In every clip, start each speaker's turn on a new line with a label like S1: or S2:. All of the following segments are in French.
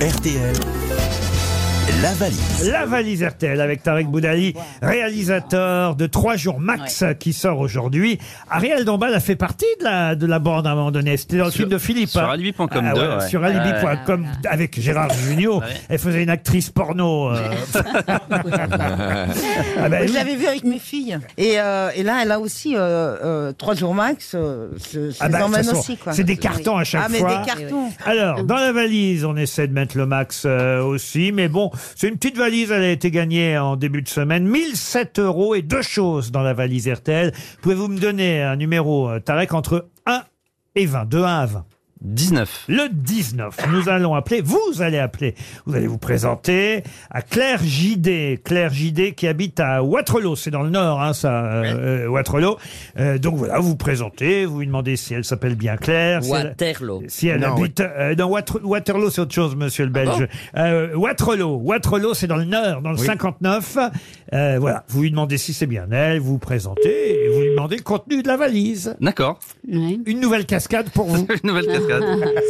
S1: RTL, la valise.
S2: La valise RTL avec Tarek Boudali, réalisateur de 3 jours max euh, qui sort aujourd'hui. Ariel Dombal a fait partie de la, de la bande à un moment donné. C'était dans le
S3: Sur-
S2: film de Philippe.
S3: sur
S2: hein.
S3: alibi.com
S2: Ah
S3: deux, ouais. Ah
S2: Sur alibi.com avec Gérard Jugnot. Elle faisait une actrice porno. euh. Ah ben,
S4: Je l'avais vu avec mes filles. Et, euh, et là, elle a aussi euh, euh, trois jours max. euh, je, je
S2: Ah bah,
S4: les
S2: de
S4: emmène
S2: toute façon,
S4: aussi. quoi.
S2: c'est des cartons à chaque
S4: ah, mais
S2: fois.
S4: des cartons.
S2: Alors, dans la valise, on essaie de mettre le max euh, aussi, mais bon, c'est une petite valise, elle a été gagnée en début de semaine. 1007 euros et deux choses dans la valise RTL. Pouvez-vous me donner un numéro, euh, Tarek, entre 1 et 20, de 1 à 20
S3: 19.
S2: le 19, nous allons appeler, vous allez appeler, vous allez vous présenter à Claire JD. Claire JD qui habite à Waterloo, c'est dans le nord, hein, ça, euh, euh, Waterloo. Euh, donc voilà, vous vous présentez, vous lui demandez si elle s'appelle bien Claire. si elle-
S5: Waterloo.
S2: si elle habite euh, dans Water- Waterloo, c'est autre chose, monsieur le Belge. Euh, Waterloo, Waterloo, c'est dans le Nord, dans le 59. Euh, voilà, vous lui demandez si c'est bien elle, vous vous présentez et vous lui demandez le contenu de la valise.
S3: D'accord.
S6: Oui.
S2: Une nouvelle cascade pour vous.
S3: Une nouvelle cascade.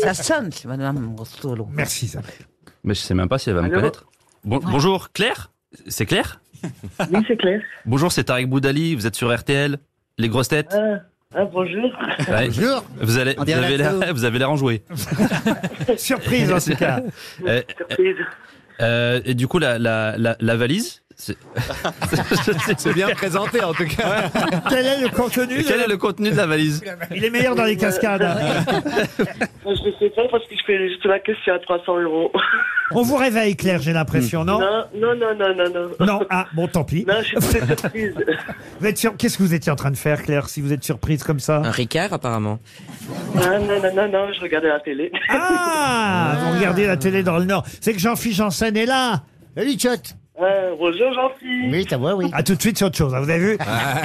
S4: Ça sonne, c'est madame Rostolo.
S2: Merci Isabelle.
S3: Mais je sais même pas si elle va me connaître. Bon- Bonjour, Claire C'est Claire
S7: Oui, c'est clair.
S3: Bonjour, c'est Tarek Boudali, vous êtes sur RTL, les grosses têtes.
S7: Ah, ah, bonjour.
S3: Ouais. Vous, allez,
S5: On
S3: vous,
S5: dirait
S3: avez
S5: la
S3: l'air, vous avez l'air enjoué.
S2: Surprise en tout cas.
S3: Euh,
S7: Surprise.
S3: euh, et du coup, la, la, la, la valise c'est-
S8: C'est bien présenté en tout cas.
S2: Quel est le contenu de
S3: Quel
S2: la-
S5: hein.
S3: est le contenu de la valise
S2: Il est meilleur dans les cascades. hein.
S7: Moi, je ne sais pas parce que je fais juste la question à 300 euros.
S2: On vous réveille Claire, j'ai l'impression, non
S7: Non, non, non, non, non. Non,
S2: Non, ah bon, tant pis.
S7: Hmm. Non, je suis très surprise.
S2: Vous êtes sur... Qu'est-ce que vous étiez en train de faire, Claire, si vous êtes surprise comme ça
S5: Un Ricard, apparemment.
S7: Non, Ah, non, non, non, non, je regardais la télé.
S2: Ah, Vous regardez la télé dans le Nord. C'est que Jean-Philippe Janssen est là.
S8: Salut Tchot.
S7: Ah, bonjour, gentil.
S8: Oui, ta voix, oui.
S2: Ah, tout de suite, c'est autre chose. hein. Vous avez vu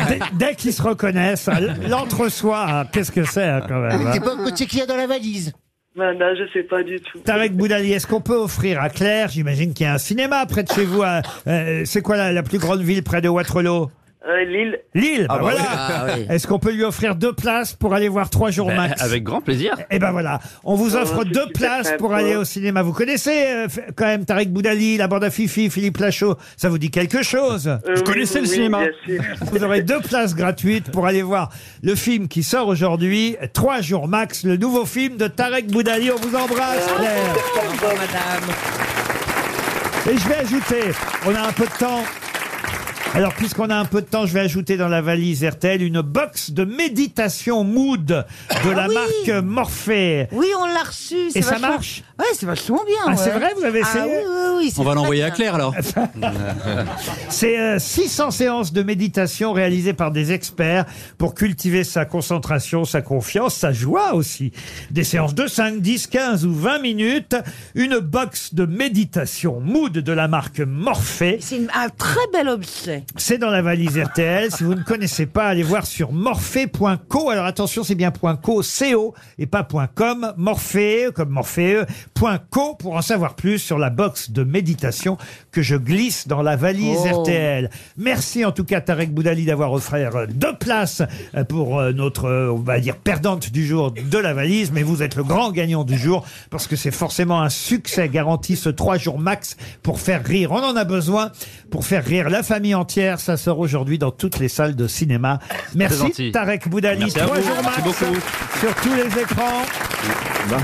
S2: Dès, dès qu'ils se reconnaissent, hein, l'entre-soi, hein, qu'est-ce que c'est hein, quand même
S8: T'es
S2: hein.
S8: pas au courant de ce qu'il y a dans la valise.
S7: Non, non, je ne sais pas du tout.
S2: Tarek Boudali, est-ce qu'on peut offrir à Claire J'imagine qu'il y a un cinéma près de chez vous. à- euh, c'est quoi la, la plus grande ville près de Waterloo
S7: Euh, Lille,
S2: Lille, bah voilà.
S5: Ah oui.
S2: Est-ce qu'on peut lui offrir deux places pour aller voir trois jours
S3: Ben,
S2: max
S3: Avec grand plaisir.
S2: Eh ben voilà, on vous
S7: Oh,
S2: offre
S7: c'est
S2: deux
S7: super
S2: places pour
S7: sympa.
S2: aller au cinéma. Vous connaissez euh, f- quand même Tarek Boudali, la bande à Fifi, Philippe Lachaud. Ça vous dit quelque chose
S7: Euh, oui,
S2: connaissez
S7: oui,
S2: le
S7: oui,
S2: cinéma
S7: bien sûr.
S2: Vous aurez deux places gratuites pour aller voir le film qui sort aujourd'hui, trois jours max, le nouveau film de Tarek Boudali. On vous embrasse, Claire. Et je vais ajouter, on a un peu de temps. Alors, puisqu'on a un peu de temps, je vais ajouter dans la valise RTL une box de méditation mood de la
S4: oui.
S2: marque Morphée.
S4: Oui, on l'a reçu. c'est
S2: Et ça
S4: vachement-
S2: marche
S4: Ouais, c'est vachement bien.
S2: Ah, c'est
S4: ouais.
S2: vrai, vous avez
S4: Ah
S2: essayé
S4: oui, oui, oui, c'est
S5: On va
S4: très
S5: l'envoyer à
S4: bien.
S5: Claire, alors.
S2: C'est euh, 600 séances de méditation réalisées par des experts pour cultiver sa concentration, sa confiance, sa joie aussi. Des séances de 5, 10, 15 ou 20 minutes. Une box de méditation mood de la marque Morphée.
S4: C'est une- un très bel objet.
S2: C'est dans la valise RTL. Si vous ne connaissez pas, allez voir sur morphée.co. Alors attention, c'est bien .co, .co et pas .com, morphée, comme morphée, .co pour en savoir plus sur la box de méditation que je glisse dans la valise
S4: Oh.
S2: RTL. Merci en tout cas Tarek Boudali d'avoir offert euh, deux places euh, pour euh, notre, euh, on va dire, perdante du jour de la valise, mais vous êtes le grand gagnant du jour parce que c'est forcément un succès garanti ce trois jours max pour faire rire. On en a besoin pour faire rire la famille entière. Ça sort aujourd'hui dans toutes les salles de cinéma. Merci
S3: gentil.
S2: Tarek Boudali.
S3: Merci à
S2: trois
S3: vous.
S2: jours max
S3: Merci beaucoup.
S2: sur tous les écrans.